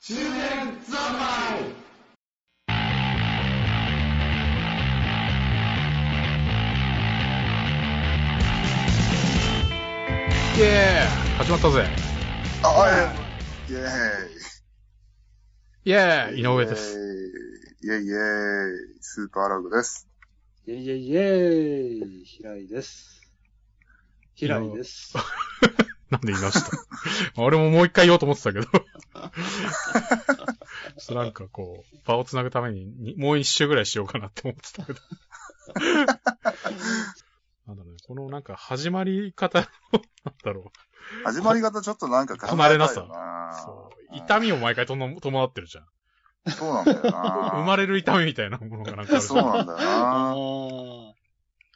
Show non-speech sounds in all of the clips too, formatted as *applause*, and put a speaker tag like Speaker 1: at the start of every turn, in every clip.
Speaker 1: 周年三昧
Speaker 2: イエーイ始まったぜ。
Speaker 3: あイェーイ
Speaker 2: イエーイ井
Speaker 3: イ
Speaker 2: 上です。。
Speaker 3: イェーイイェーイスーパーラグです。
Speaker 1: イェイイェイイェイ平井です。平井です。
Speaker 2: なんで言いました *laughs* 俺ももう一回言おうと思ってたけど。ち *laughs* ょっとなんかこう、場をつなぐためににもう一周ぐらいしようかなって思ってたけど。 *laughs* なんだろうね、このなんか始まり方の、なんだろ
Speaker 3: 始まり方ちょっとなんか考え
Speaker 2: 離
Speaker 3: た
Speaker 2: れ
Speaker 3: いよ
Speaker 2: な
Speaker 3: な
Speaker 2: さそう。痛みを毎回との伴ってるじゃん。
Speaker 3: そうなんだよな
Speaker 2: *laughs* 生まれる痛みみたいなものがなんかあるじゃん
Speaker 3: そうなんだよ
Speaker 1: あ
Speaker 3: な
Speaker 1: ー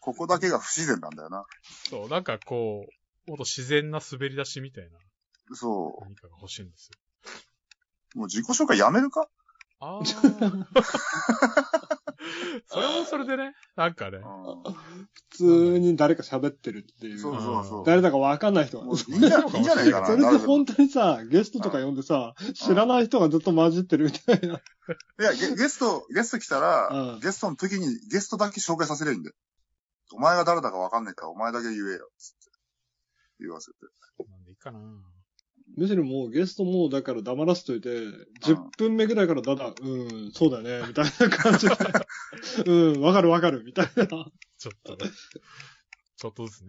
Speaker 3: ここだけが不自然なんだよな。
Speaker 2: そう、なんかこう、もっと自然な滑り出しみたいな
Speaker 3: そ
Speaker 2: 何かが欲しいんですよ。
Speaker 3: う。もう自己紹介やめるか
Speaker 2: ああ。それもそれでね、なんかね
Speaker 3: う。ん。
Speaker 1: 普通に誰か喋ってるっていう。
Speaker 3: そうそうそう。
Speaker 1: 誰だかわかんない人が
Speaker 3: もういいんじゃいいんじゃないかな。
Speaker 1: それで本当にさ、ゲストとか呼んでさ、知らない人がずっと混じってるみたいな。
Speaker 3: いやゲ、ゲスト、ゲスト来た
Speaker 1: うん
Speaker 3: ら、ゲストの時にゲストだけ紹介させりゃいいんだよ。お前が誰だかわかんないから、お前だけ言えよ。つって言わせて。
Speaker 2: なんでいいかな。
Speaker 1: むしろもうゲストもうだから黙らせといて、10分目ぐらいからだだ、うん、そうだよね、みたいな感じで。うん、わかるわかる、みたいな。
Speaker 2: ちょっとね。ちょっとずつね。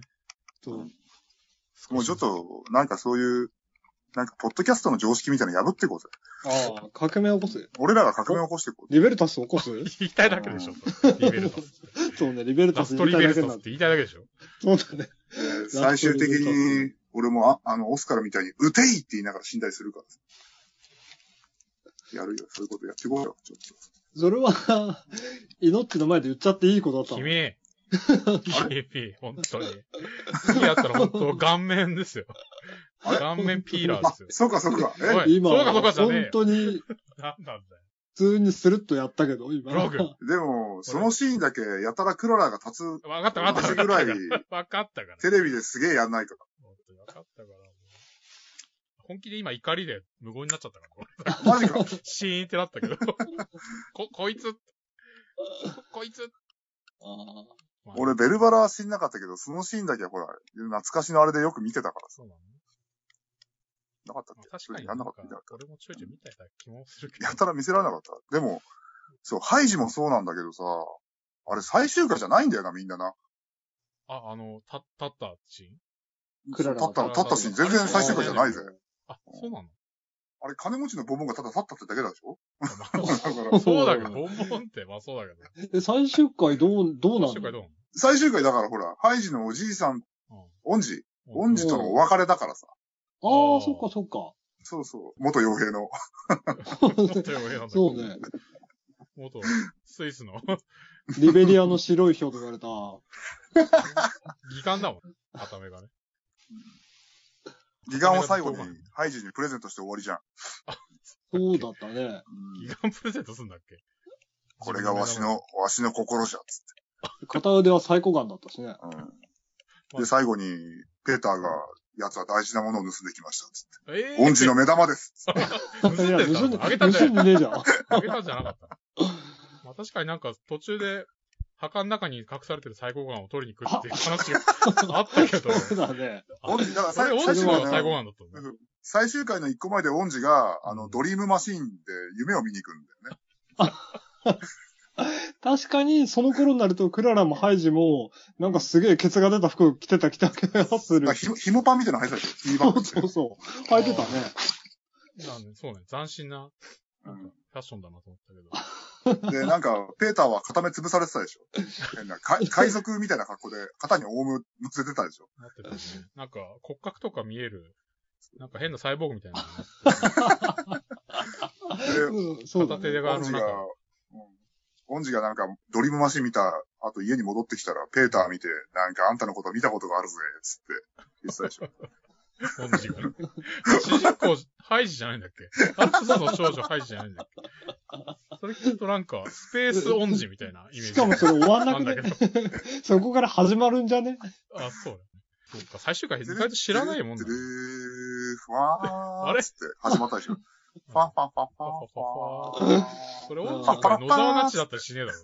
Speaker 1: そう
Speaker 3: もうちょっと、なんかそういう、なんか、ポッドキャストの常識みたいなの破っていこうぜ。
Speaker 1: ああ、革命起こす。
Speaker 3: 俺らが革命を起こしていこうぜ。
Speaker 1: リベルタス起こす
Speaker 2: 言いたいだけでしょ。それリベルタス。
Speaker 1: そうね、リベルタ
Speaker 2: ラ
Speaker 1: ス
Speaker 2: ス
Speaker 1: 言
Speaker 2: ト
Speaker 1: い
Speaker 2: リ
Speaker 1: た
Speaker 2: ベル
Speaker 1: いだけ
Speaker 2: タ
Speaker 1: にな
Speaker 2: スっ
Speaker 1: っ。
Speaker 2: てて言いたいだけでしょ。
Speaker 1: そうだね。
Speaker 3: 最終的に、俺も、あ、あの、オスカルみたいに、うていって言いながら死んだりするからさやるよ。そういうことやっていこうよ。ちょっ
Speaker 1: それは、 *laughs* 命の前で言っちゃっていいことだったの
Speaker 2: 君。君、本当に。次やったら本当、顔面ですよ。
Speaker 3: あれ
Speaker 2: 顔面 *laughs* ピーラー
Speaker 3: と。
Speaker 2: で
Speaker 3: あ
Speaker 2: すよ、。
Speaker 3: そうかそうか。
Speaker 2: お
Speaker 3: え、
Speaker 2: い
Speaker 1: 今
Speaker 2: そうかそうかじゃねえよ
Speaker 1: 本当に、
Speaker 2: なんなんだよ。
Speaker 1: 普通にスルッとやったけど、今。
Speaker 2: ブログ。
Speaker 3: でも、そのシーンだけ、やたらクロラが立
Speaker 2: わかったわかった
Speaker 3: つ、
Speaker 2: わ
Speaker 3: 同
Speaker 2: か
Speaker 3: じぐ
Speaker 2: った
Speaker 3: らい
Speaker 2: か、ら。わかったから。
Speaker 3: テレビですげえやんないか
Speaker 2: 本当にわかったから。もう本気で今怒りで無言になっちゃったから。
Speaker 3: ら。マジか。
Speaker 2: シーンってなったけ
Speaker 1: *laughs*
Speaker 2: ど。こ、こいつ。こ、こいつ。まあ
Speaker 3: 俺、ベルバラは死んなかったけど、そのシーンだけはほら、懐かしのあれでよく見てたからさ。
Speaker 2: そうなの、ま
Speaker 3: なかったっ
Speaker 2: あ
Speaker 3: け
Speaker 2: 確かにな
Speaker 3: や
Speaker 2: んん
Speaker 3: な
Speaker 2: か
Speaker 3: かったみたいな。
Speaker 2: 俺もちょいちょい見たいな気もするけど
Speaker 3: や。たら見せられなかった。でも、そう、ハイジもそうなんだけどさ、あれ最終回じゃないんだよな、みんなな。
Speaker 2: あ、 *laughs* あの、た、立ったシーン
Speaker 1: クララ
Speaker 3: 立ったの、
Speaker 2: ク
Speaker 3: 立
Speaker 2: ララ
Speaker 3: ったシーン全然最終回じゃないぜ。
Speaker 2: あ、そうなの
Speaker 3: あれ金持ちのボンボンがただ立ったってだけだでしょ
Speaker 2: まあ
Speaker 3: だから、 *laughs*
Speaker 2: そうだけど、
Speaker 1: *laughs*
Speaker 2: ボンボンって、まあそうだけど。
Speaker 1: え、最終回どう、どうな
Speaker 2: 最終回ど
Speaker 1: の
Speaker 2: うな
Speaker 3: 最終回だからほら、ハイジのおじいさん、
Speaker 2: の
Speaker 3: オンジ、
Speaker 2: うん
Speaker 3: オンジとのお別れだからさ。
Speaker 1: あ
Speaker 2: あ
Speaker 1: あ、
Speaker 2: ー
Speaker 1: そっかそっか。
Speaker 3: そうそう、元傭兵の。
Speaker 2: 元傭兵なんだけど
Speaker 1: そうね。
Speaker 2: 元、スイスの、 *laughs*
Speaker 1: リベリアの白い票と言われた。
Speaker 2: 義眼だもん。片目がね。
Speaker 3: 義眼を最後に、ハイジにプレゼントして終わりじゃん。
Speaker 1: そうだったね。
Speaker 3: うん
Speaker 2: 義眼プレゼントすんだっけ
Speaker 3: これがわしの、わしの心じゃ、つ
Speaker 1: 片腕はサイコガンだったしね。
Speaker 3: って。うん。で、最後に、ペーターが、奴は大事なものを盗んできました、つっ
Speaker 2: え
Speaker 3: て。オンジの
Speaker 2: 目。
Speaker 3: 目玉です。
Speaker 2: 盗ん
Speaker 1: いや、
Speaker 2: でた
Speaker 1: 盗んで、
Speaker 2: のあげたんじゃ
Speaker 1: 盗
Speaker 2: ない
Speaker 1: んでねえじゃん。
Speaker 2: あげたんじゃなかった。まあ確かになんか途中で、墓の中に隠されてる最高感を取りに来るっていう話があったけど、
Speaker 1: そうだね。
Speaker 3: オンジ、だから
Speaker 2: それ
Speaker 3: 最
Speaker 2: オン
Speaker 3: 最
Speaker 2: ジ
Speaker 3: 終
Speaker 2: の方
Speaker 3: 回
Speaker 2: が
Speaker 3: の
Speaker 2: 最高感だったんだよね。
Speaker 3: 最終回の一個前でオンジが、あの、ドリームマシーンで夢を見に行くんだよね。
Speaker 1: 確かに、その頃になると、クララもハイジも、なんかすげえケツが出た服着てた気がす
Speaker 3: だ
Speaker 2: *laughs*
Speaker 1: る
Speaker 3: から。ひも、ひもパンみたいなの履いてたでしょ。ひもパンみた
Speaker 1: そ
Speaker 3: いな
Speaker 1: うそう。履いてたね。
Speaker 2: なんでそうね、斬新なファッションだなと思ったけど。
Speaker 3: うんで、なんか、ペーターは片目潰されてたでしょ。変な、か海賊みたいな格好で、肩にオウム乗せてたでしょ。
Speaker 2: なってたよね。なんか骨格とか見える、なんか変なサイボーグみたいなのになって
Speaker 3: で、
Speaker 1: うんそうだ
Speaker 2: 片手
Speaker 1: ね。
Speaker 2: で
Speaker 3: オ
Speaker 2: が
Speaker 3: ン
Speaker 2: の
Speaker 3: ジ
Speaker 2: なん
Speaker 3: が
Speaker 2: か、、
Speaker 3: うんオンジがなんか、ドリームマシーン見た後家に戻ってきたら、ペーター見て、なんかあんたのこと見たことがあるぜ、つって言ってたでしょ。
Speaker 2: オンジがね。主人公、ハイジじゃないんだっけアルプスの少女ハイジじゃないんだっけそれきっとなんか、スペースオンジみたいなイメージ。
Speaker 1: しかもそれ終わんな
Speaker 2: なんだ
Speaker 1: く
Speaker 2: け
Speaker 1: て、
Speaker 2: ど。
Speaker 1: そこから始まるんじゃね
Speaker 2: あ、そうだね。そうか、最終回意外と知らないもんだ
Speaker 3: で
Speaker 2: ね
Speaker 3: で。ーふわー
Speaker 2: あれ
Speaker 3: っつって始まったでしょ。ファンファンファンファンフ
Speaker 2: そ
Speaker 3: ァン。
Speaker 2: れ音
Speaker 1: パッ
Speaker 2: 楽が野
Speaker 3: ラッ
Speaker 1: パ
Speaker 3: パー
Speaker 2: 沢なちだったりしねえだろ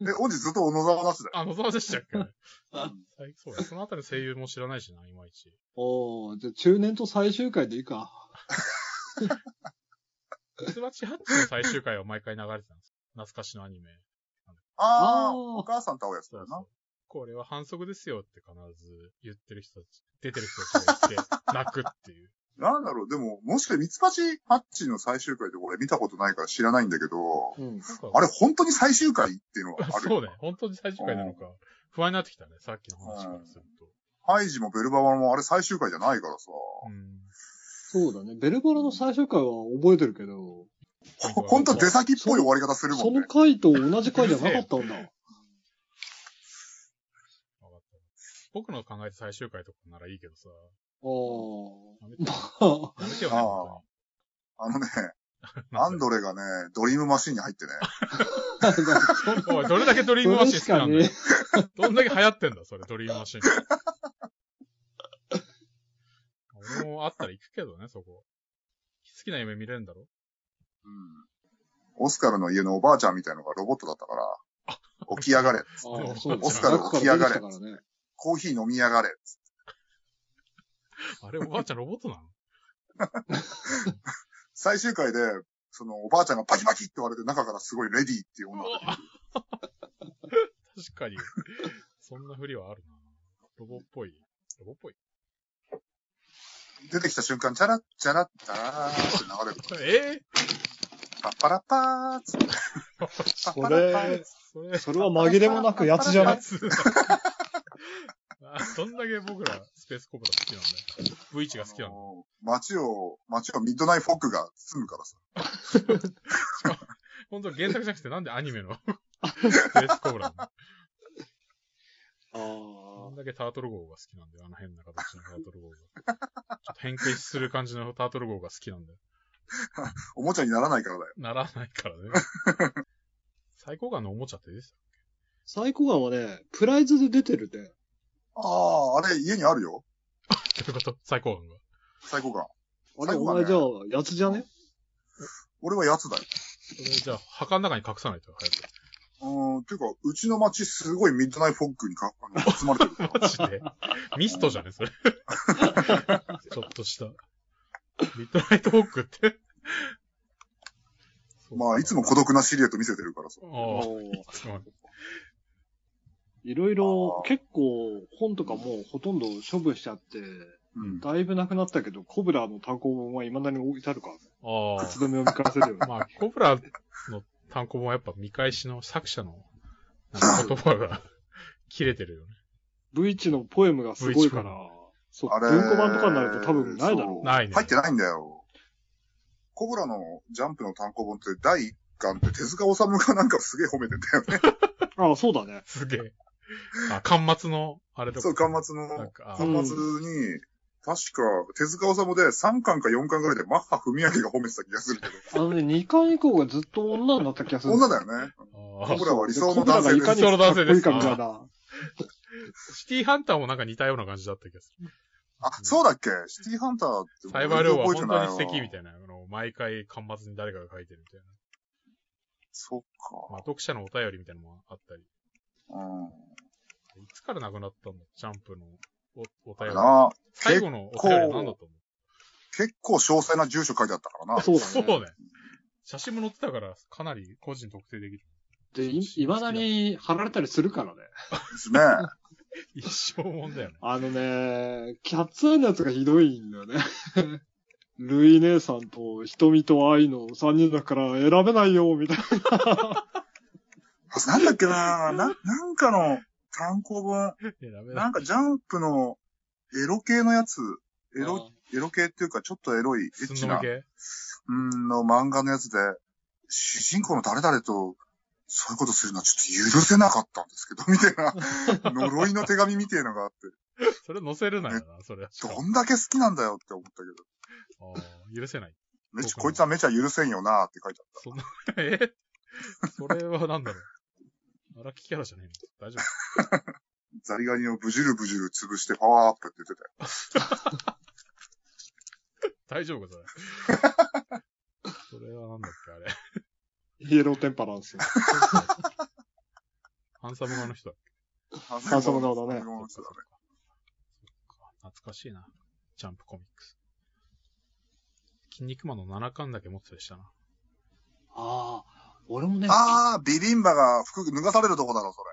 Speaker 2: う
Speaker 3: で、オンジずっと小野沢なしだよ。
Speaker 2: な。あ、野沢でしたっけ
Speaker 1: うん
Speaker 2: 最そうだ。そのあたりの声優も知らないしな、いまいち。
Speaker 1: おー、じゃあ中年と最終回でいいか。
Speaker 2: ミツバチハッチの最終回は毎回流れてたんです。 *laughs* 懐かしのアニメ。
Speaker 3: あ
Speaker 1: あ
Speaker 3: あ、
Speaker 1: ー
Speaker 3: お母さんと会うやつだ
Speaker 2: そう
Speaker 3: よ
Speaker 2: そ
Speaker 3: な
Speaker 2: う。。これは反則ですよって必ず言ってる人たち、出てる人たちがい
Speaker 3: *laughs*
Speaker 2: て、泣くっていう。
Speaker 3: なんだろう、でも、もしかしてミツバチハッチの最終回って俺見たことないから知らないんだけど、
Speaker 1: うん。
Speaker 2: なんか
Speaker 3: あれ本当に最終回っていうのはある。
Speaker 2: そうね。本当に最終回なのか。不安になってきたね。さっきの話からすると。
Speaker 3: ハイジもベルババもあれ最終回じゃないからさ。
Speaker 2: うん。
Speaker 1: そうだね。ベルバラの最終回は覚えてるけど、
Speaker 3: ほ本当は出先っぽい終わり方するも
Speaker 1: そ
Speaker 3: んね
Speaker 1: の。回と同じ回じゃなかったんだ。
Speaker 2: わかった僕の考えた最終回とかならいいけどさ。
Speaker 1: あー。
Speaker 2: やめてよ。
Speaker 1: あ
Speaker 2: やめてよ
Speaker 3: あ
Speaker 2: ね、
Speaker 3: あ
Speaker 2: 本
Speaker 3: あのね、
Speaker 2: 当に。
Speaker 3: アンドレがね、ドリームマシンに入ってね。
Speaker 1: だからそ
Speaker 2: おい、どれだけドリームマシン好きなんだ
Speaker 1: それ
Speaker 2: よ。どんだけ流行ってんだ、それ、ドリームマシン。俺もあったら行くけどね、そこ。好きな夢見れるんだろ
Speaker 3: オスカルの家のおばあちゃんみたいのがロボットだったから、起き上がれ。
Speaker 1: あー
Speaker 2: *laughs*
Speaker 1: そうだ
Speaker 2: オスカル
Speaker 1: 中から
Speaker 3: 起き上がれ
Speaker 1: 出てきたからね。
Speaker 3: コーヒー飲みやがれ。
Speaker 2: あれ、おばあちゃんロボットなの
Speaker 3: 最終回で、そのおばあちゃんがパキパキって割れて中からすごいレディーっていう女が出てくる。
Speaker 2: 確かに。そんなふりはあるな。ロボっぽい。ロボっぽい。
Speaker 3: 出てきた瞬間、チャラッチャラッチャラーって流れ
Speaker 2: え
Speaker 3: る。パッパラッパーっつって。パッ
Speaker 1: そ
Speaker 3: パラッパーっ
Speaker 1: れ
Speaker 3: つっ、
Speaker 2: それ、
Speaker 1: それは紛れもなくやつじゃな
Speaker 2: や
Speaker 1: い
Speaker 2: つ。あどんだけ僕らスペースコブラ好きなんだよ。V1
Speaker 3: て
Speaker 2: が好きなん
Speaker 3: あ
Speaker 2: だよ。
Speaker 3: の街を、街をミッドナイトフォックが包むからさ。
Speaker 2: 本当原作じゃなくてなんでアニメ
Speaker 1: *laughs*
Speaker 2: のスペースコブラなの
Speaker 1: あ
Speaker 2: どん
Speaker 1: ー
Speaker 2: だけタートル号が好きなんだよ。あの変な形のタートル号が。 *laughs* ちょっと変形する感じのタートル号が好きなんだよ。
Speaker 3: おもちゃにならないからだよ。
Speaker 2: ならないからね。 *laughs* 最高感のおもちゃってです
Speaker 1: サイコガンはね、プライズで出てるね。
Speaker 3: ああ、あれ家にあるよ。
Speaker 2: よ。どういうこと最高感が。
Speaker 3: 最高感。
Speaker 1: あれ、
Speaker 3: 最高
Speaker 1: お
Speaker 3: 感
Speaker 1: 前
Speaker 3: ね
Speaker 1: じゃあ、やつじゃね
Speaker 3: 俺はやつだよ。
Speaker 2: それじゃあ、墓の中に隠さないと、早く。
Speaker 3: うーん、ていうか、うちの街すごいミッドナイトフォックにかあの包まれてる。
Speaker 2: *laughs* マジでミストじゃねそれ。 *laughs* ちょっとした。ミッドナイトホークって。
Speaker 3: まあ、いつも孤独なシルエット見せてるからさ。
Speaker 2: ああ、
Speaker 1: おー
Speaker 2: いつも
Speaker 1: いろいろ
Speaker 3: あー
Speaker 1: 結構本とかもうほとんど処分しちゃって、
Speaker 3: うん。
Speaker 1: だいぶなくなったけど、コブラの単行本は未だに置いてあるからね。
Speaker 2: あ
Speaker 1: 口止めを見返せるよね
Speaker 2: あ。。 *laughs*
Speaker 3: *laughs*
Speaker 2: まあ、コブラの単行本はやっぱ見返しの作者のなんか言葉が *laughs* 切れてるよね。
Speaker 1: V1 のポエムがすごいから
Speaker 2: V1、
Speaker 1: そう、
Speaker 3: あれ
Speaker 1: 文庫版とかになると多分ないだろ。
Speaker 3: そうう
Speaker 2: ないね
Speaker 3: 入ってないんだよ。コブラのジャンプの単行本って第1巻って手塚治虫がなんかすげえ褒めてたよね。
Speaker 2: *laughs*
Speaker 1: ああ、そうだね。
Speaker 2: すげえ。あ、巻末の、あれとか。
Speaker 3: そう、巻末の、
Speaker 2: なん
Speaker 3: 巻
Speaker 2: か、あ
Speaker 3: 末に、確か手塚治虫で3巻か4巻ぐらいでマッハ文明が褒めてた気がするけ
Speaker 1: あのね、2巻以降がずっと女になった気がす
Speaker 3: ど。
Speaker 1: る。
Speaker 3: 女だよね。
Speaker 2: あ
Speaker 3: コブラは理想の
Speaker 1: コブラ
Speaker 3: 男
Speaker 1: が
Speaker 3: 性
Speaker 1: い
Speaker 3: で
Speaker 1: か
Speaker 3: す。
Speaker 1: にかっこいいかみたいな。
Speaker 2: シティハンターもなんか似たような感じだった気がする。
Speaker 3: あ、そうだっけシティハンターって
Speaker 2: サイバールーは本当に素
Speaker 3: 覚
Speaker 2: 敵
Speaker 3: えてな
Speaker 2: み
Speaker 3: いわ。
Speaker 2: たいな。あの、毎回、巻末に誰かが書いてるみたいな。
Speaker 3: そっ
Speaker 2: まあ、
Speaker 3: か。
Speaker 2: 読者のお便りみたいなのもあったり。
Speaker 3: うん。
Speaker 2: いつからなくなったのジャンプのおお
Speaker 3: あ
Speaker 2: 便
Speaker 3: れ
Speaker 2: り。
Speaker 3: な
Speaker 2: 最後のお便りは何だったの
Speaker 3: 結構詳細な住所書いてあったからな。
Speaker 1: そう
Speaker 2: そ
Speaker 1: だ
Speaker 2: う
Speaker 1: ね。
Speaker 2: ね。写真も載ってたから、かなり個人特定できる。
Speaker 1: で、い、未だに貼られたりするからね。
Speaker 3: ですね。
Speaker 2: 一生もんだよね。
Speaker 1: あのね、キャッツアイのやつがひどいんだよね。 *laughs* ルイ姉さんと瞳と愛の3人だから選べないよ、みたいな。
Speaker 3: あなんだっけなな、なんかの単行本、
Speaker 2: いやダメだ
Speaker 3: なんかジャンプのエロ系のやつ、エロ、エロ系っていうかちょっとエロい、エ
Speaker 2: す
Speaker 3: ッ
Speaker 2: ん
Speaker 3: チ
Speaker 2: の
Speaker 3: な、
Speaker 2: け
Speaker 3: うん、の漫画のやつで、主人公の誰々と、そういうことするのはちょっと許せなかったんですけど、みたいな、
Speaker 1: *laughs*
Speaker 3: 呪いの手紙みたいのがあって、
Speaker 2: それ載せるなよな、それは。
Speaker 3: どんだけ好きなんだよって思ったけど、
Speaker 2: あー許せない。 *laughs*
Speaker 3: めちこいつはめちゃ許せんよなって書いてあ
Speaker 2: そんな、えそれはなんだろう。荒木キャラじゃねえの大丈
Speaker 3: る。ザリガニをブジュルブジュル潰してパワーアップって言ってたよ。 *laughs*
Speaker 2: 夫大丈夫か、それ。それはなんだっけ、あれ。
Speaker 1: イエローテンパランス。
Speaker 2: *laughs* ハンサム側の人だっ
Speaker 3: ハン
Speaker 1: サム顔だね
Speaker 3: ハンサム顔
Speaker 2: け。
Speaker 3: の人だね
Speaker 2: そっか懐かしいな。ジャンプコミックス。筋肉マンの7巻だけ持ってたりしたな。
Speaker 1: ああ、俺もね、
Speaker 3: あー、ビビンバが服脱がされるとこだろ、それ。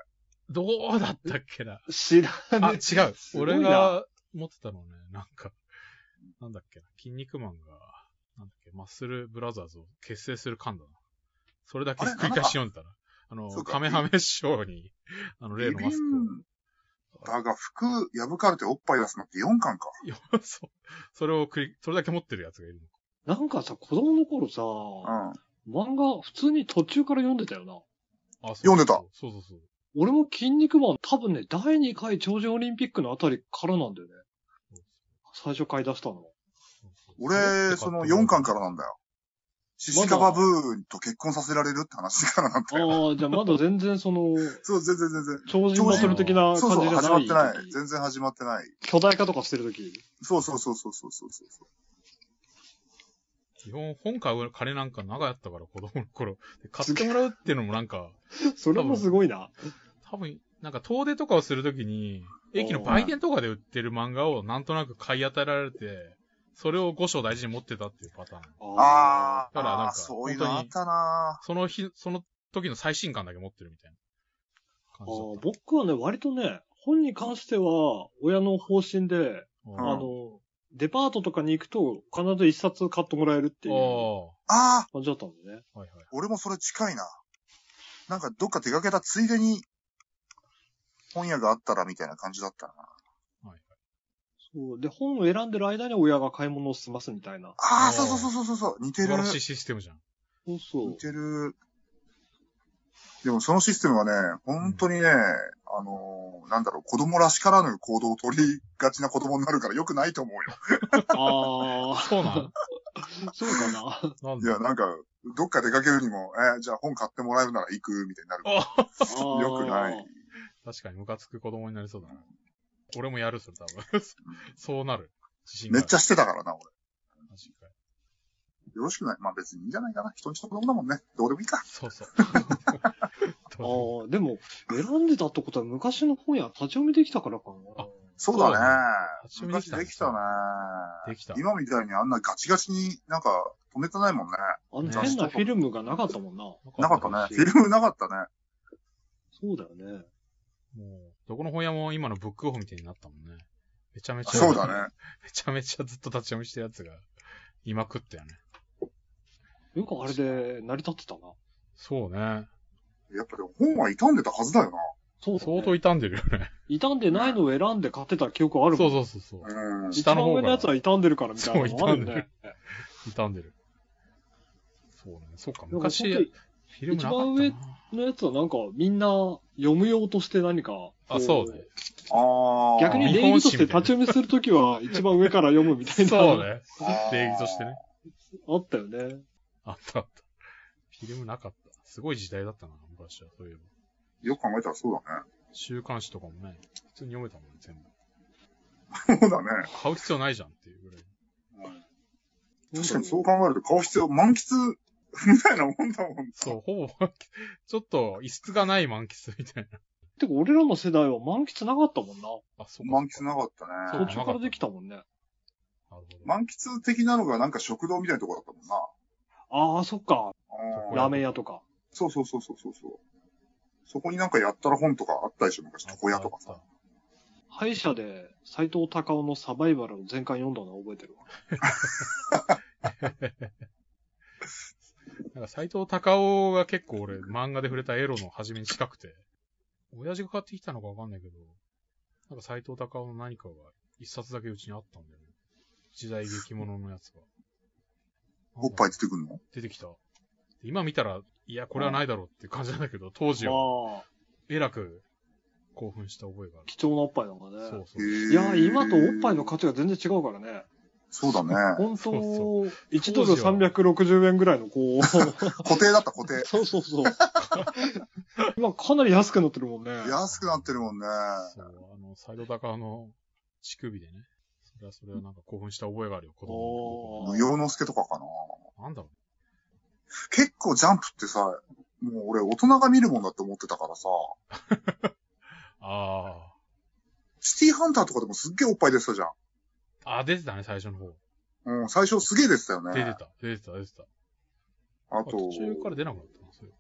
Speaker 2: どうだったっけな。
Speaker 1: 知ら
Speaker 2: あ、
Speaker 1: ねえ。
Speaker 2: *laughs* 違う。
Speaker 1: ご
Speaker 2: 俺
Speaker 1: いな
Speaker 2: が持ってたのね、なんか、なんだっけな、筋肉マンが、なんだっけ、マッスルブラザーズを結成する巻だな。それだけ
Speaker 3: あれ
Speaker 2: 繰り返し読んでたな。あの
Speaker 3: そう、か
Speaker 2: カメハメ師匠に、あの、例
Speaker 3: ビ
Speaker 2: の
Speaker 3: ビ
Speaker 2: マス
Speaker 3: ンバが服破かれておっぱい出すのって4巻か。
Speaker 2: クを、 *laughs* そう。それを繰り、それだけ持ってるやつがいるのか。
Speaker 1: なんかさ、子供の頃さ、
Speaker 3: うん。
Speaker 1: 漫画普通に途中から読んでたよな。
Speaker 2: あ、
Speaker 3: 読んでた
Speaker 2: そうそうそう。
Speaker 1: 俺も筋肉マン多分ね、第2回超人オリンピックのあたりからなんだよね。最初買い出したの。
Speaker 3: 俺、その4巻からなんだよ。シシカバブーと結婚させられるって話からなんだよ。
Speaker 1: ああ、じゃあまだ全然その、
Speaker 3: そう、全然全然。
Speaker 1: 超人バトル的な
Speaker 3: そう
Speaker 1: 感
Speaker 3: そ
Speaker 1: じ
Speaker 3: う、
Speaker 1: じゃ
Speaker 3: 始ま
Speaker 1: な
Speaker 3: っ
Speaker 1: い。
Speaker 3: てない。全然始まってない。
Speaker 1: 巨大化とかしてるとき。
Speaker 3: そうそうそうそうそうそうそう。
Speaker 2: 基本、本買う金なんか長やったから、子供の頃。で買ってもらうっていうのもなんか、
Speaker 1: *laughs* それもすごいな。
Speaker 2: 多分、なんか遠出とかをするときに、駅の売店とかで売ってる漫画をなんとなく買い与えられて、それを5章大事に持ってたっていうパターン。
Speaker 1: あ
Speaker 3: あ
Speaker 2: だからなんか
Speaker 3: ーあー、そういうのあったな
Speaker 2: その日、その時の最新刊だけ持ってるみたいな
Speaker 1: あ
Speaker 2: 感じだ
Speaker 1: ー
Speaker 2: っ
Speaker 1: 僕はね、割とね、本に関しては、親の方針で、
Speaker 2: た。
Speaker 1: あ
Speaker 2: あ
Speaker 1: の、デパートとかに行くと、必ず一冊買ってもらえるって
Speaker 2: あー、
Speaker 1: いう
Speaker 2: は
Speaker 3: ああ、
Speaker 1: 感じだったんでね。
Speaker 2: いはい。
Speaker 3: 俺もそれ近いな。なんかどっか出かけたついでに、本屋があったらみたいな感じだったな。
Speaker 1: そう。で、本を選んでる間に親が買い物を済ますみたいな。
Speaker 3: あ
Speaker 2: あー
Speaker 3: あ、そうそうそうそうそう、似て
Speaker 2: 素晴
Speaker 3: る
Speaker 2: ら。しいシステムじゃん。
Speaker 1: そうそ
Speaker 3: *laughs*
Speaker 1: う
Speaker 3: 似。てる。でもそのシステムはね、本当にね、あのーなんだろう、子供らしからぬ行動を取りがちな子供になるから良くないと思うよ。
Speaker 1: あ
Speaker 2: そう
Speaker 3: *laughs*
Speaker 2: なん
Speaker 1: あ、そうかな。
Speaker 2: なん
Speaker 3: い
Speaker 2: だ
Speaker 3: や、なんか、どっか出かけるにも、えーじゃあ本買ってもらえるなら行く、みたいになるから。
Speaker 2: あ
Speaker 1: よ
Speaker 3: くない。
Speaker 2: 確かにムカつく子供になりそうだな。俺もやる、それ多分。 *laughs* そうなる。自信があ
Speaker 3: めっ
Speaker 2: る
Speaker 3: ちゃしてたからな、俺。
Speaker 2: マジかよ
Speaker 3: よろしくない。まあ別にいいんじゃないかな。人んちの子供だもんね。どうでもいいか。
Speaker 2: そう *laughs*
Speaker 3: *laughs*
Speaker 2: そう。
Speaker 1: ああ、でも、選んでたってことは昔の本や立ち読みできたからかな
Speaker 2: あ。
Speaker 3: そうだね。
Speaker 2: そうだね
Speaker 3: 昔できたね。
Speaker 2: できた。
Speaker 3: 今みたいにあんなガチガチになんか止めてないもんね。
Speaker 1: あの
Speaker 2: ね
Speaker 1: 変なフィルムがなかったもんな。
Speaker 3: なかったね。
Speaker 1: し
Speaker 3: フィルムなかったね。
Speaker 1: そうだよね。
Speaker 2: もう、どこの本屋も今のブックオフみたいになったもんね。めちゃめちゃ、
Speaker 3: そうだね。
Speaker 2: めちゃめちゃずっと立ち読みしたやつが、いまくったよね。
Speaker 1: よくあれで成り立ってたな。
Speaker 2: そうね。
Speaker 3: やっぱでも本は傷んでたはずだよ
Speaker 1: そうだ、
Speaker 2: 相
Speaker 1: ね。
Speaker 2: 当傷んでるよね。
Speaker 1: 傷んでないのを選んで買ってた記憶ある
Speaker 2: そ
Speaker 1: も。
Speaker 2: うんそうそうそう。
Speaker 3: な。うん。
Speaker 2: し下の方
Speaker 1: 一番上のやつは傷んでるからみたいなのもある
Speaker 2: そう傷んで
Speaker 1: ね。
Speaker 2: 傷んでる。そうね。そうか、
Speaker 1: で
Speaker 2: 昔、
Speaker 1: も
Speaker 2: フ
Speaker 1: 本
Speaker 2: ィルムなかったな。
Speaker 1: 当にのやつはなんかみんな読む用として何か。こ
Speaker 2: あ、そうね。。
Speaker 3: ああ。
Speaker 1: 逆に礼儀として立ち読みするときは一番上から読むみたいな。
Speaker 2: そう。ね。
Speaker 3: あー
Speaker 2: 礼儀としてね。
Speaker 1: あったよね。
Speaker 2: あったあった。フィルムなかった。すごい時代だったな、昔は。そういえば。
Speaker 3: よく考えたらそう
Speaker 2: 週刊誌とかもね、普通に読めたもんね、全部。
Speaker 3: だね。そうだね。
Speaker 2: 買う必要ないじゃんっていうぐらい。
Speaker 3: 確かにそう考えると買う必要、満喫みたいなもんだもん。
Speaker 2: そう、ほぼ満喫、ちょっと異質がない満喫みたいな。
Speaker 1: てか俺らの世代は満喫なかったもんな。
Speaker 2: あ、そうか
Speaker 3: 満喫なかった
Speaker 2: そ
Speaker 1: 途
Speaker 2: う
Speaker 3: ね。
Speaker 1: 中からできたもんね。
Speaker 2: なるほど。
Speaker 3: 満喫的なのがなんか食堂みたいなとこだったもんな。
Speaker 1: ああ、そっか。
Speaker 3: あー
Speaker 1: ラーメン屋とか。
Speaker 3: そうそうそうそうそうそう。そこになんかやったら本とかあったでしょ、昔、床屋とか
Speaker 2: あ
Speaker 3: さ。
Speaker 2: っ
Speaker 1: 歯医者で斎藤隆夫のサバイバルを全巻読んだのは覚えてるわ。
Speaker 2: た。なんか斎藤隆夫が結構俺、漫画で触れたエロの初めに近くて、親父が買ってきたのかわかんないけど、なんか斎藤隆夫の何かが一冊だけうちにあったんだよね。時代劇物のやつが。
Speaker 3: おっぱい出てくんの
Speaker 2: 出てきた。今見たら、いや、これはないだろうっていう感じなんだけど、当時は、
Speaker 1: まあ、
Speaker 2: えらく興奮した覚えがある。
Speaker 1: 貴重なおっぱいなんかね。
Speaker 2: そうそう。
Speaker 3: い
Speaker 1: いやー、今とおっぱいの価値が全然違うからね。
Speaker 3: そう
Speaker 1: *laughs*
Speaker 3: だね。
Speaker 1: 本当、
Speaker 2: そうそ
Speaker 1: 1ドル360円ぐらいの、こう、そ
Speaker 3: 固定だった、固定。
Speaker 1: うそう *laughs* そう。今かなり安くなってるもんね。
Speaker 3: 安くなってるもんね。
Speaker 2: そう、あの、サイド高の乳首でね。それはそれはなんか興奮した覚えがあるよ、子供の
Speaker 1: おー
Speaker 3: 無用の助とかかな。
Speaker 2: 頃。なんだろう。
Speaker 3: 結構ジャンプってさ、もう俺大人が見るもんだって思ってたからさ、
Speaker 2: あ
Speaker 3: シティハンターとかでもすっげえおっぱい出てたじゃん。
Speaker 2: あ。あ、出てたね、最初の方。
Speaker 3: うん、最初すげえ出てたよね。
Speaker 2: 出てた、出てた、出てた。
Speaker 3: あ
Speaker 2: あ
Speaker 3: と
Speaker 2: 途、中から出なくなったな、それ。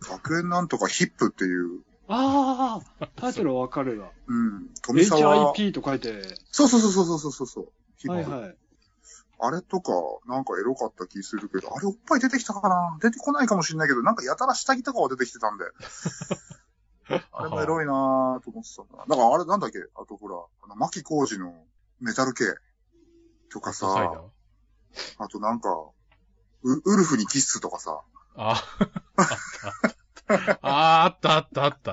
Speaker 3: 学園なんとかヒップっていう、
Speaker 1: ああ、タイトルはわかるわ。
Speaker 3: うん、富沢。
Speaker 1: HIP と書いて。
Speaker 3: そうそうそうそうそうそうそう。ヒップ
Speaker 1: はいはい。
Speaker 3: あれとか、なんかエロかった気するけど、あれおっぱい出てきたかな出てこないかもしれないけど、なんかやたら下着とかは出てきてた
Speaker 2: *laughs*
Speaker 3: んで、あれもエロいなぁと思ってたんだな。だからあれなんだっけあとほら、あの、牧浩二のメタル系とか
Speaker 2: サイダ
Speaker 3: さ、
Speaker 2: ー
Speaker 3: あとなんか、ウウルフにキスとかさ、
Speaker 2: あ、あったあったあった。ああったあったあった。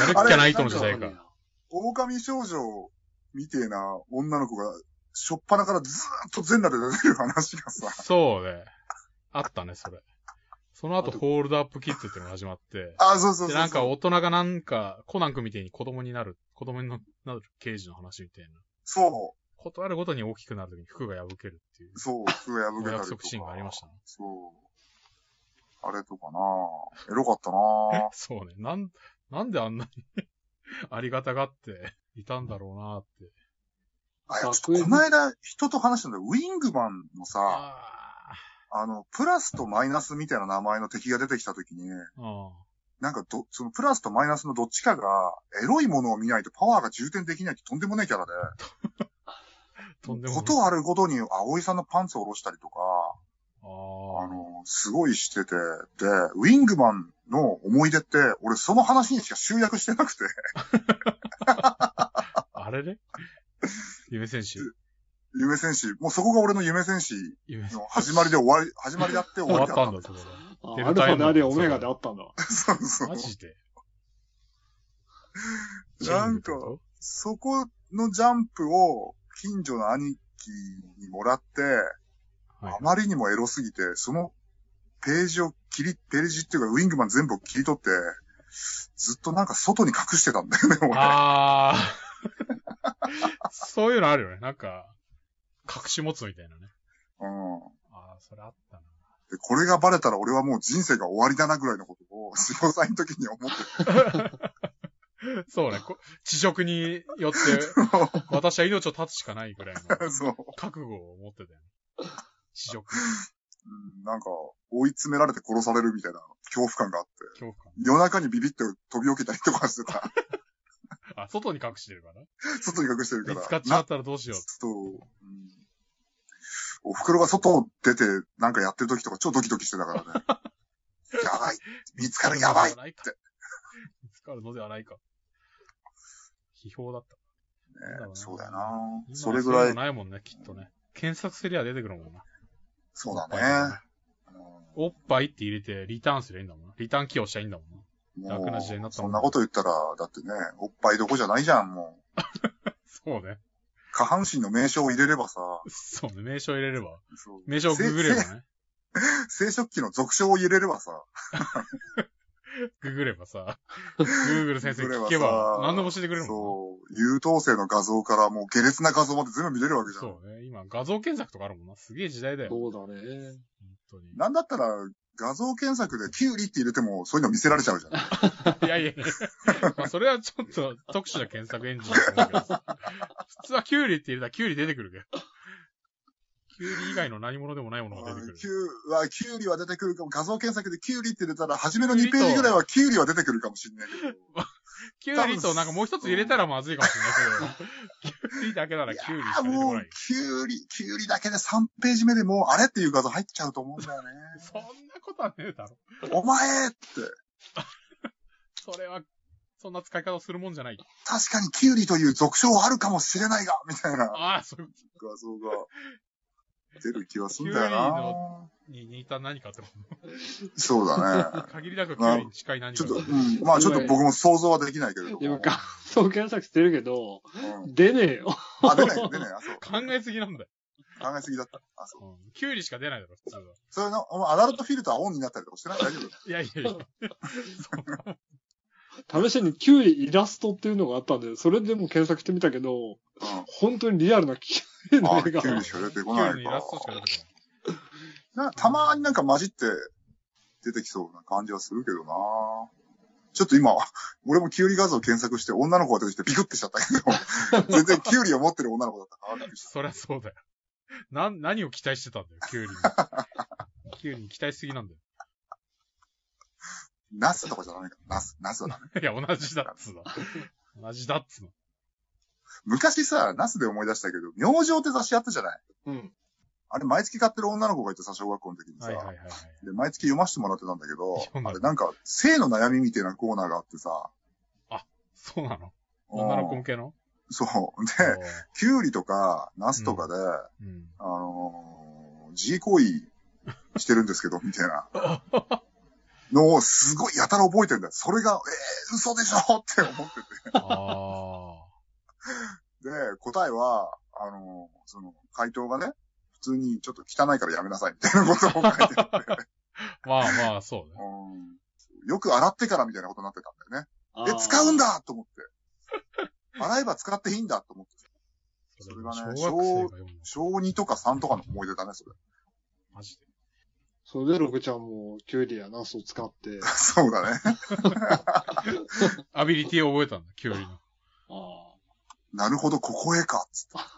Speaker 2: やる気がない人の時代か。
Speaker 3: 狼少女みてえな女の子が、しょっぱなからずーっと全裸で出てる話がさ、 *laughs*
Speaker 2: そうね。あったね、それ。その後、
Speaker 1: あと
Speaker 2: ホールドアップキッズっていうのが始まって、
Speaker 3: あ、そうそうそうそう
Speaker 2: で、なんか大人がなんか、コナン君みたいに子供になる、子供になる刑事の話みたいな。
Speaker 3: そ
Speaker 2: 断るごとに大きくなるときに服が破けるっていう
Speaker 3: う、、そう、服が破
Speaker 2: お
Speaker 3: けたりと
Speaker 2: 約
Speaker 3: か。
Speaker 2: 束シーンがありましたね。。
Speaker 3: そう。あれとかなぁ。エロかったなぁ
Speaker 2: そうね。なん、なんであんなに *laughs* ありがたがっていたんだろうなって。
Speaker 3: あ、いや、ち
Speaker 1: 学
Speaker 3: ょっ
Speaker 1: 園
Speaker 3: とこの間人と話したんだよ。ウィングマンのさ、
Speaker 2: あ
Speaker 3: あの、プラスとマイナスみたいな名前の敵が出てきた時に、
Speaker 2: あ。うん。
Speaker 3: なんかど、そのプラスとマイナスのどっちかが、エロいものを見ないとパワーが充填できないってとんでもないキャラで、
Speaker 2: とんでもな
Speaker 3: こ
Speaker 2: い。
Speaker 3: とあるごとに葵さんのパンツを下ろしたりとか、あ
Speaker 2: あ
Speaker 3: の、すごいしてて、で、ウィングマンの思い出って、俺その話にしか集約してなくて、 *laughs*
Speaker 2: あ。あれれ夢選手。
Speaker 3: 夢戦士、もうそこが俺の夢戦士
Speaker 2: 夢選手。
Speaker 3: の始まりで終わり、始まりだって終
Speaker 2: 終
Speaker 3: わ
Speaker 2: わっ
Speaker 3: りだ
Speaker 2: た
Speaker 3: った
Speaker 2: んだ、
Speaker 3: ん
Speaker 2: そこで。デル
Speaker 1: あアルフ
Speaker 2: タイ
Speaker 1: ァ
Speaker 2: ム
Speaker 1: であり、オメガであったんだ。
Speaker 3: だ。 *laughs* そうそ
Speaker 2: マ
Speaker 3: う。
Speaker 2: ジで
Speaker 3: なんかそこのジャンプを近所の兄貴にもらって、
Speaker 2: はい
Speaker 3: あまりにもエロすぎて、そのページを切り、ページっていうかウィングマン全部を切り取って、ずっとなんか外に隠してたんだよね、俺。
Speaker 2: ああ。 *laughs* そういうのあるよね。なんか、隠し持つみたいなね。
Speaker 3: うん。
Speaker 2: ああ、それあったな。
Speaker 3: で、これがバレたら俺はもう人生が終わりだなぐらいのこと
Speaker 2: *laughs*
Speaker 3: を、潮さんの時に思って
Speaker 2: そうね。こ地職によって、 *laughs* 私は命を絶つしかないぐらいの
Speaker 3: た。そう。
Speaker 2: 覚悟を持ってたよね。地職、
Speaker 3: うんなんか、追い詰められて殺されるみたいな恐怖感があって、
Speaker 2: 恐怖感。
Speaker 3: 夜中にビビって飛び起きたりとかして
Speaker 2: *laughs*
Speaker 3: た。
Speaker 2: あ、外に隠してるから。
Speaker 3: 外に隠してるから。
Speaker 2: 見つかっちゃったらどうしよう。
Speaker 3: そう。うんお袋が外を出てなんかやってる時とか超ドキドキしてたからね。
Speaker 2: *laughs*
Speaker 3: やばい。見つかるやばい。ね
Speaker 2: 見つかるのではないか。批評だった。
Speaker 3: そうだよな
Speaker 2: 今は
Speaker 3: それぐら
Speaker 2: そうう
Speaker 3: い、
Speaker 2: のないもんね、きっとね。検索すりゃ出てくるもんな。
Speaker 3: そうだね。
Speaker 2: おっぱいって入れて、リターンすりゃいいんだもんな。リターン起用しちゃいいんだもんな。
Speaker 3: うん
Speaker 2: 楽な時代にな
Speaker 3: も
Speaker 2: っ
Speaker 3: う
Speaker 2: たも
Speaker 3: そ
Speaker 2: んね
Speaker 3: んなこと言ったら、だってね、おっぱいどこじゃないじゃん、もう。
Speaker 2: そうね。
Speaker 3: 下半身の名称を入れればさ、
Speaker 2: そうね。名称入れれば。
Speaker 3: そう
Speaker 2: 名称をググればね。
Speaker 3: せ生殖器の俗称を入れればさ、
Speaker 2: ググればさ。グーグル先生に聞けば、何でも教えてくれるもん
Speaker 3: そう、優等生の画像からもう下劣な画像まで全部見れるわ
Speaker 2: な。
Speaker 3: けじゃん。
Speaker 2: そうね。今、画像検索とかあるもんな。すげえ時代だよ。
Speaker 1: そうだね。
Speaker 2: 本
Speaker 3: なんだったら、画像検索でキュウリって入れても、そういうの見せられちゃうじゃん。
Speaker 2: 当に。いやいやいや。まあ、それはちょっと特殊な検索エンジンだと思うけどさ。普通はキュウリって入れたらキュウリ出てくるけど。キュウリ以外の何物でもないものが出てくる
Speaker 3: キ。ュウは、キュウリは出てくるかも。画像検索でキュウリって入れたら、初めの2ページぐらいはキュウリは出てくるかもしんないけど。
Speaker 2: キュウリとなんかもう一つ入れたらまずいかもしれないけど。キュウリだけなら
Speaker 3: い
Speaker 2: キ
Speaker 3: や
Speaker 2: ュウリし
Speaker 3: ー
Speaker 2: か出て
Speaker 3: も
Speaker 2: こな
Speaker 3: う
Speaker 2: い。、
Speaker 3: キュウリ、キュウリだけで3ページ目でもう、あれっていう画像入っちゃうと思うんだよね。
Speaker 2: そんなことはねえだろ。
Speaker 3: お前って、
Speaker 2: それは、そんな使い方をするもんじゃない。
Speaker 3: 確かにキュウリという俗称はあるかもしれないが、みたいな
Speaker 2: ああ、そういうこ
Speaker 3: 画像が出る気はすんだよな。
Speaker 2: とに似た何かってこと
Speaker 3: そうだね。
Speaker 2: 限りなくキュウリに近い何
Speaker 3: ち
Speaker 2: か
Speaker 3: ょっと、うん、まあちょっと僕も想像はできないけれども。
Speaker 1: 今、画像検索してるけど、
Speaker 3: うん
Speaker 1: 出ねえよ。
Speaker 3: あ、出ない、出ない。あ、そう。
Speaker 2: 考えすぎなんだよ。
Speaker 3: 考えすぎだった。あ、そう。
Speaker 2: うんキュウリしか出ないだろ、普通は。
Speaker 3: それの、お前アダルトフィルターオンになったりとかしてない大丈夫
Speaker 2: いやいやいや。
Speaker 1: 試しにキュウリイラストっていうのがあったんで、それでも検索してみたけど、
Speaker 3: うん。
Speaker 1: 本当にリアルなキュウリの絵
Speaker 3: あキュウ
Speaker 1: が
Speaker 3: リ。しか出て
Speaker 2: キ
Speaker 3: こな
Speaker 2: ュ
Speaker 3: い
Speaker 2: ウ
Speaker 3: か
Speaker 2: リのイラストしか出てこない。
Speaker 3: なたまになんか混じって、出てきそうな感じはするけどなちょっと今、 *laughs* 俺もキュウリ画像検索して女の子が出てきてビクってしちゃった
Speaker 2: *laughs*
Speaker 3: けど、全然キュウリを持ってる女の子だったからびっくりした
Speaker 2: そりゃそうだよ。な、何を期待してたんだよ、キュウリ
Speaker 3: *laughs*
Speaker 2: に。キュウリに期待しすぎなんだよ。
Speaker 3: ナスとかじゃダメか。ナス、ナスはダメ。
Speaker 2: いや、同じだっつうの。同じだっつうの。
Speaker 3: 昔さ、ナスで思い出したけど、明星って雑誌あったじゃない
Speaker 1: うん。
Speaker 3: あれ、毎月買ってる女の子がいてさ、小学校の時にさ、
Speaker 2: はいはいはいはい。
Speaker 3: で、毎月読ませてもらってたんだけど
Speaker 2: 読ん、だ
Speaker 3: あれなんか、性の悩みみたいなコーナーがあってさ、
Speaker 2: そうなの女の子
Speaker 3: うん
Speaker 2: 向けの
Speaker 3: そう。
Speaker 2: お
Speaker 3: で、キュウリとか、ナスとかで、
Speaker 2: ーうん。
Speaker 3: あのー、G 行為してるんですけど、みたいな。のをすごいやたら覚えてんだよ。それが、えー、嘘でしょって思って
Speaker 2: あ
Speaker 3: て。で、答えは、あのー、その、回答がね、普通にちょっと汚いからやめなさい、みたいなことを書いてあって、
Speaker 2: あ。まあまあ、そうね。
Speaker 3: うんよく洗ってからみたいなことになってたんだよね。
Speaker 1: あ
Speaker 3: え
Speaker 1: ー、
Speaker 3: 使うんだと思って。洗えば使っていいんだと思って。それがね
Speaker 2: 小学生が読むの。
Speaker 3: 小2とか3とかの思い出だね、それ。 *laughs*
Speaker 2: マジで。
Speaker 1: それで、ロクちゃんも、キュウリやナスを使って、
Speaker 3: そうだね。
Speaker 2: アビリティを覚えたんだ、キュウリの。
Speaker 1: あ
Speaker 3: なるほど、ここへか、つっ
Speaker 1: あ、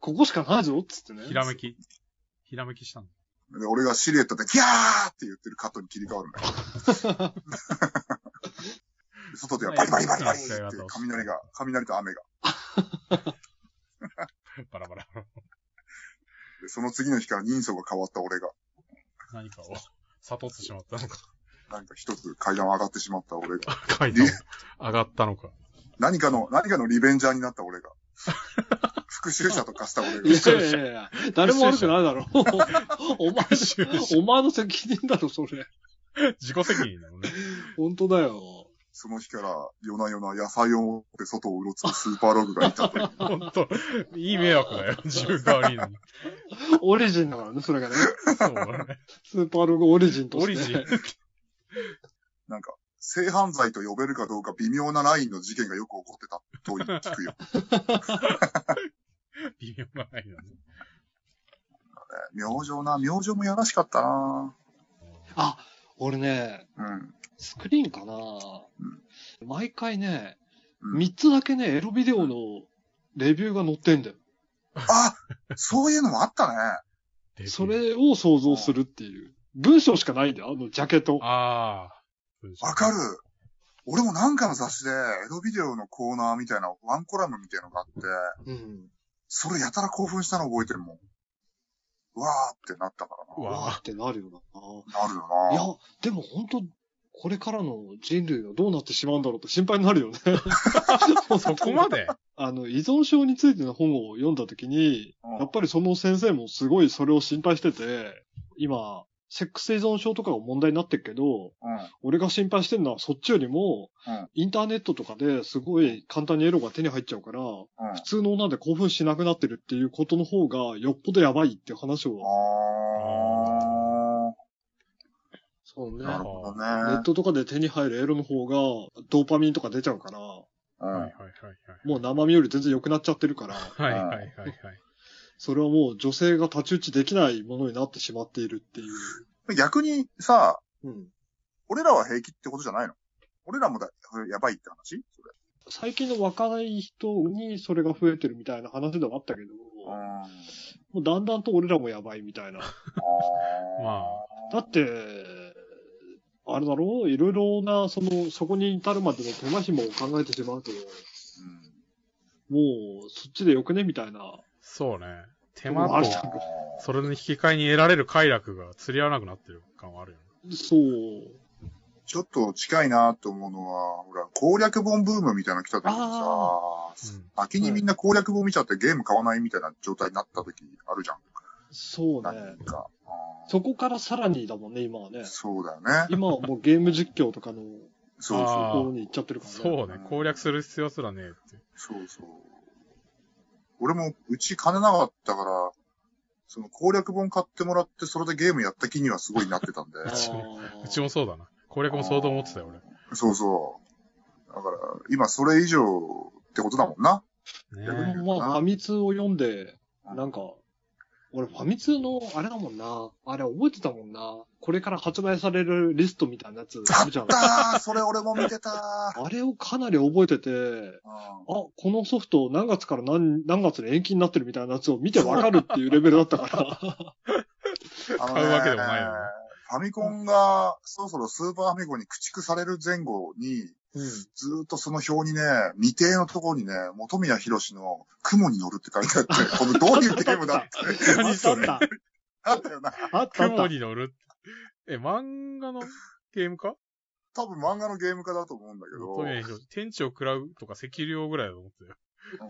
Speaker 1: ここしかないぞっつってね。
Speaker 2: ひらめき。ひらめきしたんだ。
Speaker 3: て。で、俺がシルエットで、ギャーって言ってるカットに切り替わるんだよ。 *laughs* 外ではバリバリバリバリって、雷が、雷と雨が。
Speaker 2: バラバラバラ。
Speaker 3: でその次の日から人相が変わった俺が、
Speaker 2: 何かを悟ってしまったのか。
Speaker 3: 何か一つ階段を上がってしまった俺が、
Speaker 2: 階段を上がった
Speaker 3: *laughs*
Speaker 2: のか。 *laughs*
Speaker 3: 何かの、何かのリベンジャーになった俺 *laughs* が、復讐者と化した俺
Speaker 1: い
Speaker 3: が、
Speaker 1: やいやいやいや、誰も悪くないだろ。 *laughs* お前、お前の責任だろ、それ。
Speaker 2: 自己責任だもんね。
Speaker 1: 本当だよ。
Speaker 3: その日から夜な夜な野菜を持って外をうろつくスーパーログがい *laughs* たという。
Speaker 2: ほんと、いい迷惑だよ。自分が悪いのに。
Speaker 1: オリジンだからね、それがね。
Speaker 2: そうだね。
Speaker 1: スーパーログオリジンと
Speaker 2: オ
Speaker 1: して。
Speaker 2: リジン。
Speaker 3: なんか、性犯罪と呼べるかどうか微妙なラインの事件がよく起こってたと聞 *laughs* くよ。
Speaker 2: 微妙なラインだね。
Speaker 3: 明星な、明星もやらしかったな
Speaker 1: 俺ね、
Speaker 3: うん。
Speaker 1: スクリーンかな、毎回ね、
Speaker 3: うん
Speaker 1: 3つだけね、エロビデオのレビューが載ってんだよ。
Speaker 3: あそういうのもあったね。
Speaker 2: デビュー
Speaker 1: そ、れを想像するっていう。文章しかないんだよ、あのジャケット。
Speaker 2: ああ。
Speaker 3: わかる。俺もなんかの雑誌で、エロビデオのコーナーみたいな、ワンコラムみたいのがあって、
Speaker 1: うん。
Speaker 3: それやたら興奮したの覚えてるもん。うわーってなったか
Speaker 2: う
Speaker 1: わ
Speaker 2: わ
Speaker 1: ーってなるよな。
Speaker 3: らな。なるよ
Speaker 1: いや
Speaker 3: な。、
Speaker 1: でも本当、これからの人類はどうなってしまうんだろうって心配になるよね。 *laughs*
Speaker 2: そこまで
Speaker 1: あの、依存症についての本を読んだときに、
Speaker 3: うん
Speaker 1: やっぱりその先生もすごいそれを心配してて、今、セックス依存症とかが問題になってるけど、
Speaker 3: うん。
Speaker 1: 俺が心配してるのはそっちよりも、
Speaker 3: うん
Speaker 1: インターネットとかですごい簡単にエロが手に入っちゃうから、
Speaker 3: うん
Speaker 1: 普通の女で興奮しなくなってるっていうことの方がよっぽどやばいっていう話を、
Speaker 3: あ
Speaker 1: そう
Speaker 3: ー。
Speaker 1: ね。
Speaker 3: なるほどね。
Speaker 1: ネットとかで手に入るエロの方が、ドーパミンとか出ちゃうから、も
Speaker 3: う
Speaker 2: はいはい
Speaker 3: ん。
Speaker 2: は
Speaker 1: う生身より全然良くなっちゃってるから、
Speaker 2: いはい。はいはいはいはい。
Speaker 1: それはもう女性が太刀打ちできないものになってしまっているっていう。
Speaker 3: 逆にさ、
Speaker 1: うん。
Speaker 3: 俺らは平気ってことじゃないの俺らもだ、やばいって話それ。
Speaker 1: 最近の若い人にそれが増えてるみたいな話ではあったけど、
Speaker 3: うん。
Speaker 1: も
Speaker 3: あ
Speaker 1: うだんだんと俺らもやばいみたいな。 *laughs*
Speaker 3: ー。
Speaker 2: ま
Speaker 1: だって、あれだろういろいろな、その、そこに至るまでの手間暇を考えてしまうと、
Speaker 3: うん
Speaker 1: もう、そっちでよくねみたいな。
Speaker 2: そうね。手
Speaker 1: まあ
Speaker 2: 間
Speaker 1: る
Speaker 2: と
Speaker 1: じゃん、
Speaker 2: それの引き換えに得られる快楽が釣り合わなくなってる感はあるよね。
Speaker 1: そう。
Speaker 3: ちょっと近いなと思うのは、ほら、攻略本ブームみたいなの来た時にさ、先にみんな攻略本見ちゃってゲーム買わないみたいな状態になった時あるじゃん。
Speaker 1: そうね
Speaker 3: 何。人か。あー
Speaker 1: そこからさらにだもんね、今はね。
Speaker 3: そうだよね。
Speaker 1: 今はもうゲーム実況とかのと
Speaker 3: そう
Speaker 2: あー
Speaker 1: ころに行っちゃってるからね。
Speaker 2: そうね。攻略する必要すらねえって。
Speaker 3: そう。そうそう。俺も、うち金なかったから、その攻略本買ってもらって、それでゲームやった気にはすごいなってた
Speaker 2: *laughs*
Speaker 3: んで。
Speaker 1: あー
Speaker 2: うちもそうだな。攻略も相当思ってたよ、
Speaker 3: そうそう。だから、今それ以上
Speaker 2: *laughs*
Speaker 3: ってことだもんな。
Speaker 2: 俺。
Speaker 1: 俺
Speaker 2: ね
Speaker 1: もまあ、ファミ通を読んで、なんか、俺、ファミ通の、あれだもんな。あれ覚えてたもんな。これから発売されるリストみたいなやつ、あるじゃん。
Speaker 3: あー、それ俺も見てた
Speaker 1: あれをかなり覚えてて、
Speaker 3: ー。うん
Speaker 1: あ、このソフト何月から何、何月で延期になってるみたいなやつを見てわかるっていうレベルだったから。
Speaker 3: あの
Speaker 2: 買うわけでもないよね
Speaker 3: ファミコンがそろそろスーパーファミコンに駆逐される前後に、
Speaker 1: うん。
Speaker 3: ずーっとその表にね、未定のところにね、元宮博の雲に乗るって書いてあって、このどういうゲームだって。
Speaker 2: 何それ
Speaker 1: あった
Speaker 3: なんだよな。
Speaker 1: あったあった
Speaker 2: 雲。に乗る。え、漫画のゲームか
Speaker 3: 多分漫画のゲーム化だと思うんだけど
Speaker 2: トイ。レに乗る天地を食らうとか赤量ぐらいだと思ってたよ。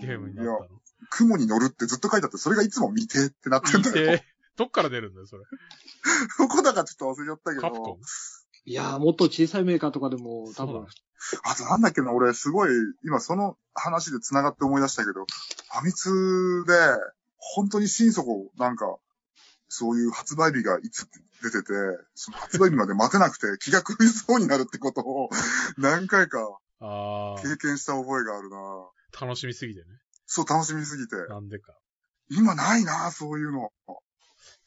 Speaker 2: ゲームになっ
Speaker 3: いや、
Speaker 2: *laughs* た
Speaker 3: 雲に乗るってずっと書いてあって、それがいつも未定ってなってん
Speaker 2: の。見
Speaker 3: だけど、
Speaker 2: て、どっから出るんだよ、それ。
Speaker 3: どこだかちょっと忘れちゃったけ
Speaker 2: カプコ
Speaker 3: ど
Speaker 2: ン、
Speaker 1: いやー、もっと小さいメーカーとかでも、多分。
Speaker 3: あとなんだっけな、俺すごい、今その話で繋がって思い出したけど、ファミ通で、本当に心底、なんか、そういう発売日がいつ出てて、その発売日まで待てな *laughs* くて気が狂いそうになるってことを何回か
Speaker 2: あ
Speaker 3: 経験した覚えがあるな
Speaker 2: あ、楽しみすぎてね。
Speaker 3: そう楽しみすぎて。
Speaker 2: なんでか。
Speaker 3: 今ないなそういうの。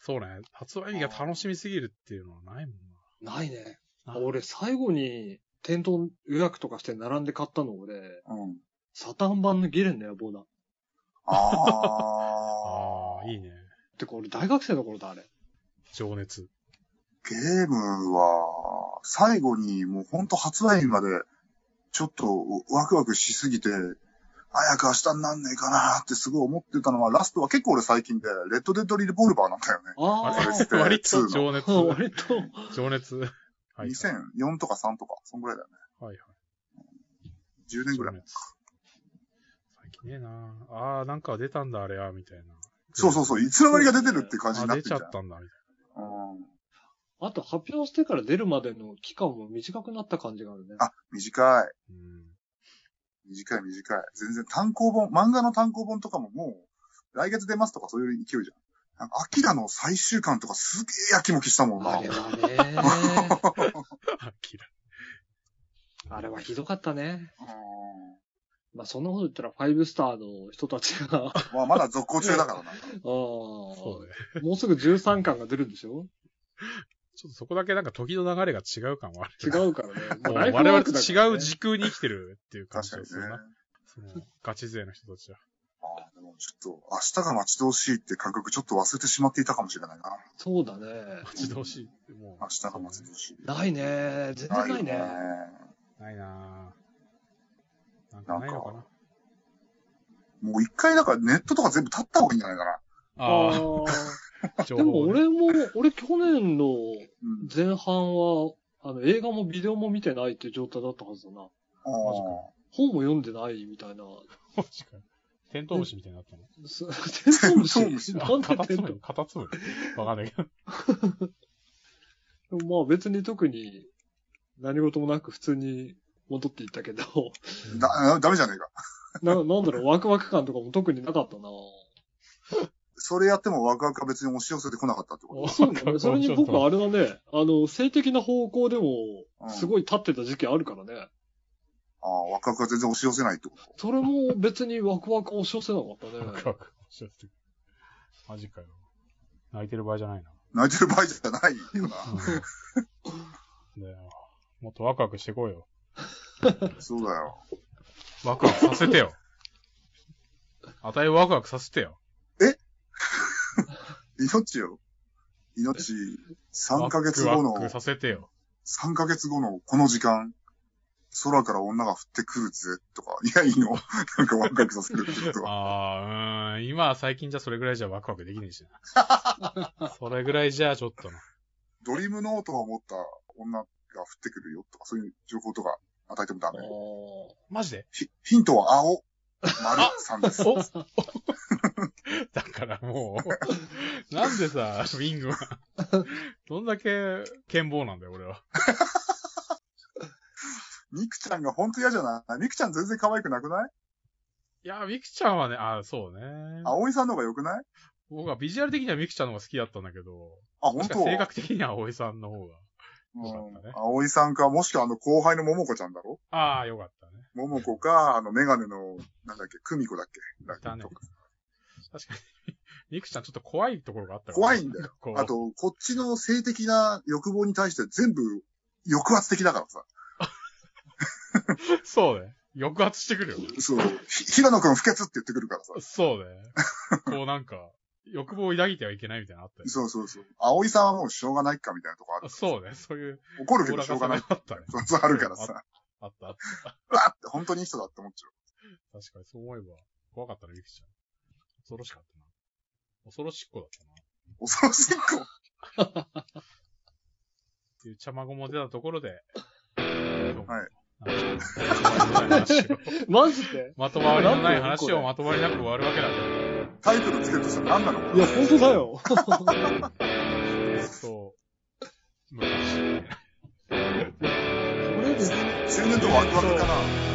Speaker 2: そうね。発売日が楽しみすぎるっていうのはないもん
Speaker 1: ないね。
Speaker 2: な。
Speaker 1: あ俺、最後に、店頭予約とかして並んで買ったの俺、
Speaker 3: うん。
Speaker 1: サタン版のギレンの野望だ。っ
Speaker 3: あ
Speaker 2: あ
Speaker 3: あ
Speaker 2: あ、いいね。
Speaker 1: てか、俺大学生の頃だ、あれ。
Speaker 2: 情熱。
Speaker 3: ゲームは、最後にもうほんと発売日まで、ちょっとワクワクしすぎて、早く明日になんねえかなってすごい思ってたのは、ラストは結構俺最近で、レッドデッドリリボルバーなんだよね。
Speaker 1: あ
Speaker 2: あ
Speaker 1: ー
Speaker 3: れ
Speaker 2: れ割と情熱。
Speaker 1: あ、
Speaker 3: *laughs*
Speaker 1: 割と。
Speaker 2: 情熱。はい。
Speaker 3: 2004とか3とか、そんぐらいだよね。
Speaker 2: はいはい。
Speaker 3: 10年ぐらい。
Speaker 2: 最近ねえなああ、なんか出たんだ、あれや、みたいな。
Speaker 3: そうそうそう、いつの間にか出てるっていう感じに
Speaker 2: あ
Speaker 3: なっ
Speaker 2: 出
Speaker 3: てき
Speaker 2: ち
Speaker 3: た
Speaker 2: ゃ
Speaker 3: よ
Speaker 2: ったんだ、みたい
Speaker 3: うん。
Speaker 1: あと、発表してから出るまでの期間も短くなった感じがあるね。
Speaker 3: あ、短い。
Speaker 2: な。 *laughs*
Speaker 3: 短い短い。全然単行本、漫画の単行本とかももう、来月出ますとかそういう勢いじゃん。なんか、アキラの最終巻とかすげえやきもきしたもんな。
Speaker 1: あれは
Speaker 2: う
Speaker 1: ね、
Speaker 2: ん。あきら。
Speaker 1: あれはひどかったね。
Speaker 3: うん
Speaker 1: まあ、そんなこと言ったら、ファイブスターの人たちが、あ
Speaker 3: まあ、まだ続行中だからな。
Speaker 1: ー
Speaker 2: そうね。
Speaker 1: もうすぐ13巻が出るんでしょ
Speaker 2: ちょっとそこだけなんか時の流れが違う感はある。
Speaker 1: 違うからね。
Speaker 2: *laughs* もう
Speaker 1: ラ
Speaker 2: 我
Speaker 1: イフワー
Speaker 2: 々
Speaker 1: ク
Speaker 2: と
Speaker 1: だから
Speaker 2: 違う
Speaker 1: ね
Speaker 2: 時空に生きてるっていう感
Speaker 3: 確
Speaker 2: じ
Speaker 3: かに
Speaker 2: が
Speaker 3: ね
Speaker 2: す。るな。そのガチ勢の人たちは。
Speaker 3: ああ、でもちょっと、明日が待ち遠しいって感覚ちょっと忘れてしまっていたかもしれないな。
Speaker 1: そうだね。
Speaker 2: 待ち遠しい。もう。
Speaker 3: 明日が待ち遠しい。
Speaker 1: ないね。全然ないね。
Speaker 2: ないなぁ。なんかないのかな。
Speaker 3: もう一回、なんかネットとか全部立った方がいいんじゃないかな。
Speaker 1: あ
Speaker 2: ああ、
Speaker 1: あ。
Speaker 2: 情
Speaker 1: でも
Speaker 2: 報ね。
Speaker 1: 俺も、俺去年の
Speaker 3: うん。
Speaker 1: 前半は、あの、映画もビデオも見てないっていう状態だったはずだな。
Speaker 3: あ
Speaker 1: 本も読んでないみたいな。
Speaker 2: 確かに。テントウムシみたいになったの。
Speaker 1: すテントウムシ
Speaker 3: テントウ
Speaker 1: *laughs*
Speaker 3: ムシ
Speaker 1: なんで
Speaker 2: カタ
Speaker 1: テ
Speaker 2: ツ
Speaker 1: ン
Speaker 2: ムリカタツムリわかんないけど。
Speaker 1: トまあ別に特に何事もなく普通に戻っていったけど、
Speaker 3: あ。
Speaker 1: *laughs*
Speaker 3: だ、ダメじゃねえか。
Speaker 1: な、なんだろう、ワクワク感とかも特になかったな
Speaker 3: それやってもワクワクは別に押し寄せてこなかったってこ
Speaker 1: そうだ *laughs* ね。それに僕はあれだね、あの、性的な方向でも、すごい立ってた時期あるからね。
Speaker 3: と。ああ、ワクワクは全然押し寄せないってこと。
Speaker 1: それも別にワクワク押し寄せなかった
Speaker 2: ワ
Speaker 1: ね。
Speaker 2: クワクしちゃってるマジかよ。泣いてる場合じゃないな。
Speaker 3: 泣いてる場合じゃないよな。
Speaker 2: うんだよ。もっとワクワクしてこいよ。
Speaker 3: そうだよ。
Speaker 2: ワクワクさせてよ。あたいをワクワクさせてよ。
Speaker 3: 命よ。命、3ヶ月
Speaker 2: ワ
Speaker 3: 後
Speaker 2: ク
Speaker 3: の
Speaker 2: ワク、させてよ。
Speaker 3: 3ヶ月後のこの時間、空から女が降ってくるぜ、とか、いや、いいの。 *laughs* なんかワクワクさせるってことは。
Speaker 2: ああ、うーん。今は最近じゃそれぐらいじゃワクワクできねえし
Speaker 3: *laughs*
Speaker 2: な。それぐらいじゃちょっとな。
Speaker 3: ドリームノートを持った女が降ってくるよ、とか、そういう情報とか与えてもダメ
Speaker 1: あ。ー
Speaker 2: マジで
Speaker 3: ヒヒントは青、
Speaker 2: *laughs*
Speaker 3: 丸さんです。
Speaker 2: お *laughs* だからもう、なんでさ、ウィングマン。どんだけ、健忘なんだよ、俺は。
Speaker 3: ミクちゃんがほんと嫌じゃないミクちゃん全然可愛くなくない
Speaker 2: いや、ミクちゃんはね、あそうね。
Speaker 3: 葵さんの方が良くない
Speaker 2: 僕はビジュアル的にはミクちゃんの方が好きだったんだけど、
Speaker 3: あ、本
Speaker 2: 確か
Speaker 3: 当
Speaker 2: 性格的には葵さんの方が。
Speaker 3: う
Speaker 2: 良かったね
Speaker 3: ん。葵さんか、もしくはあの後輩の桃子ちゃんだろ
Speaker 2: ああ、よかったね。
Speaker 3: 桃子か、あのメガネの、なんだっけ、久美子だっけ
Speaker 2: いたね
Speaker 3: とか。
Speaker 2: 確かに、ニクちゃんちょっと怖いところがあったから
Speaker 3: 怖いんだよ。
Speaker 2: こう
Speaker 3: あと、こっちの性的な欲望に対して全部抑圧的だからさ。
Speaker 2: そうね。抑圧してくるよね。
Speaker 3: そう。ひ平野くん不潔って言ってくるからさ。
Speaker 2: そうね。こうなんか、欲望を抱いてはいけないみたいなのあったよね
Speaker 3: そうそうそう。葵さんはもうしょうがないかみたいなとこある。
Speaker 2: そうね。そういう、
Speaker 3: 怒るけ
Speaker 2: おお
Speaker 3: ど
Speaker 2: ら
Speaker 3: しょ
Speaker 2: か
Speaker 3: うが
Speaker 2: さ
Speaker 3: な
Speaker 2: が
Speaker 3: い。
Speaker 2: あったね。
Speaker 3: そうそうあるからさ。
Speaker 2: あった、あった。
Speaker 3: うわって本当にいい人だって思っちゃう。
Speaker 2: 確かにそう思えば、怖かったな、ゆきちゃん。恐ろしかったな。恐ろしっこだったな。
Speaker 3: 恐ろしい子。
Speaker 2: っていう茶まごも出たところで、
Speaker 3: はい
Speaker 2: なんか。
Speaker 1: マジで
Speaker 2: まとまりのない話をまとまりなく終わるわけだけ
Speaker 3: タイトルつけるとしたら何なの
Speaker 1: いや、本当だよ。
Speaker 2: ど、そう、昔。
Speaker 1: これで
Speaker 3: 中年とワクワクかな。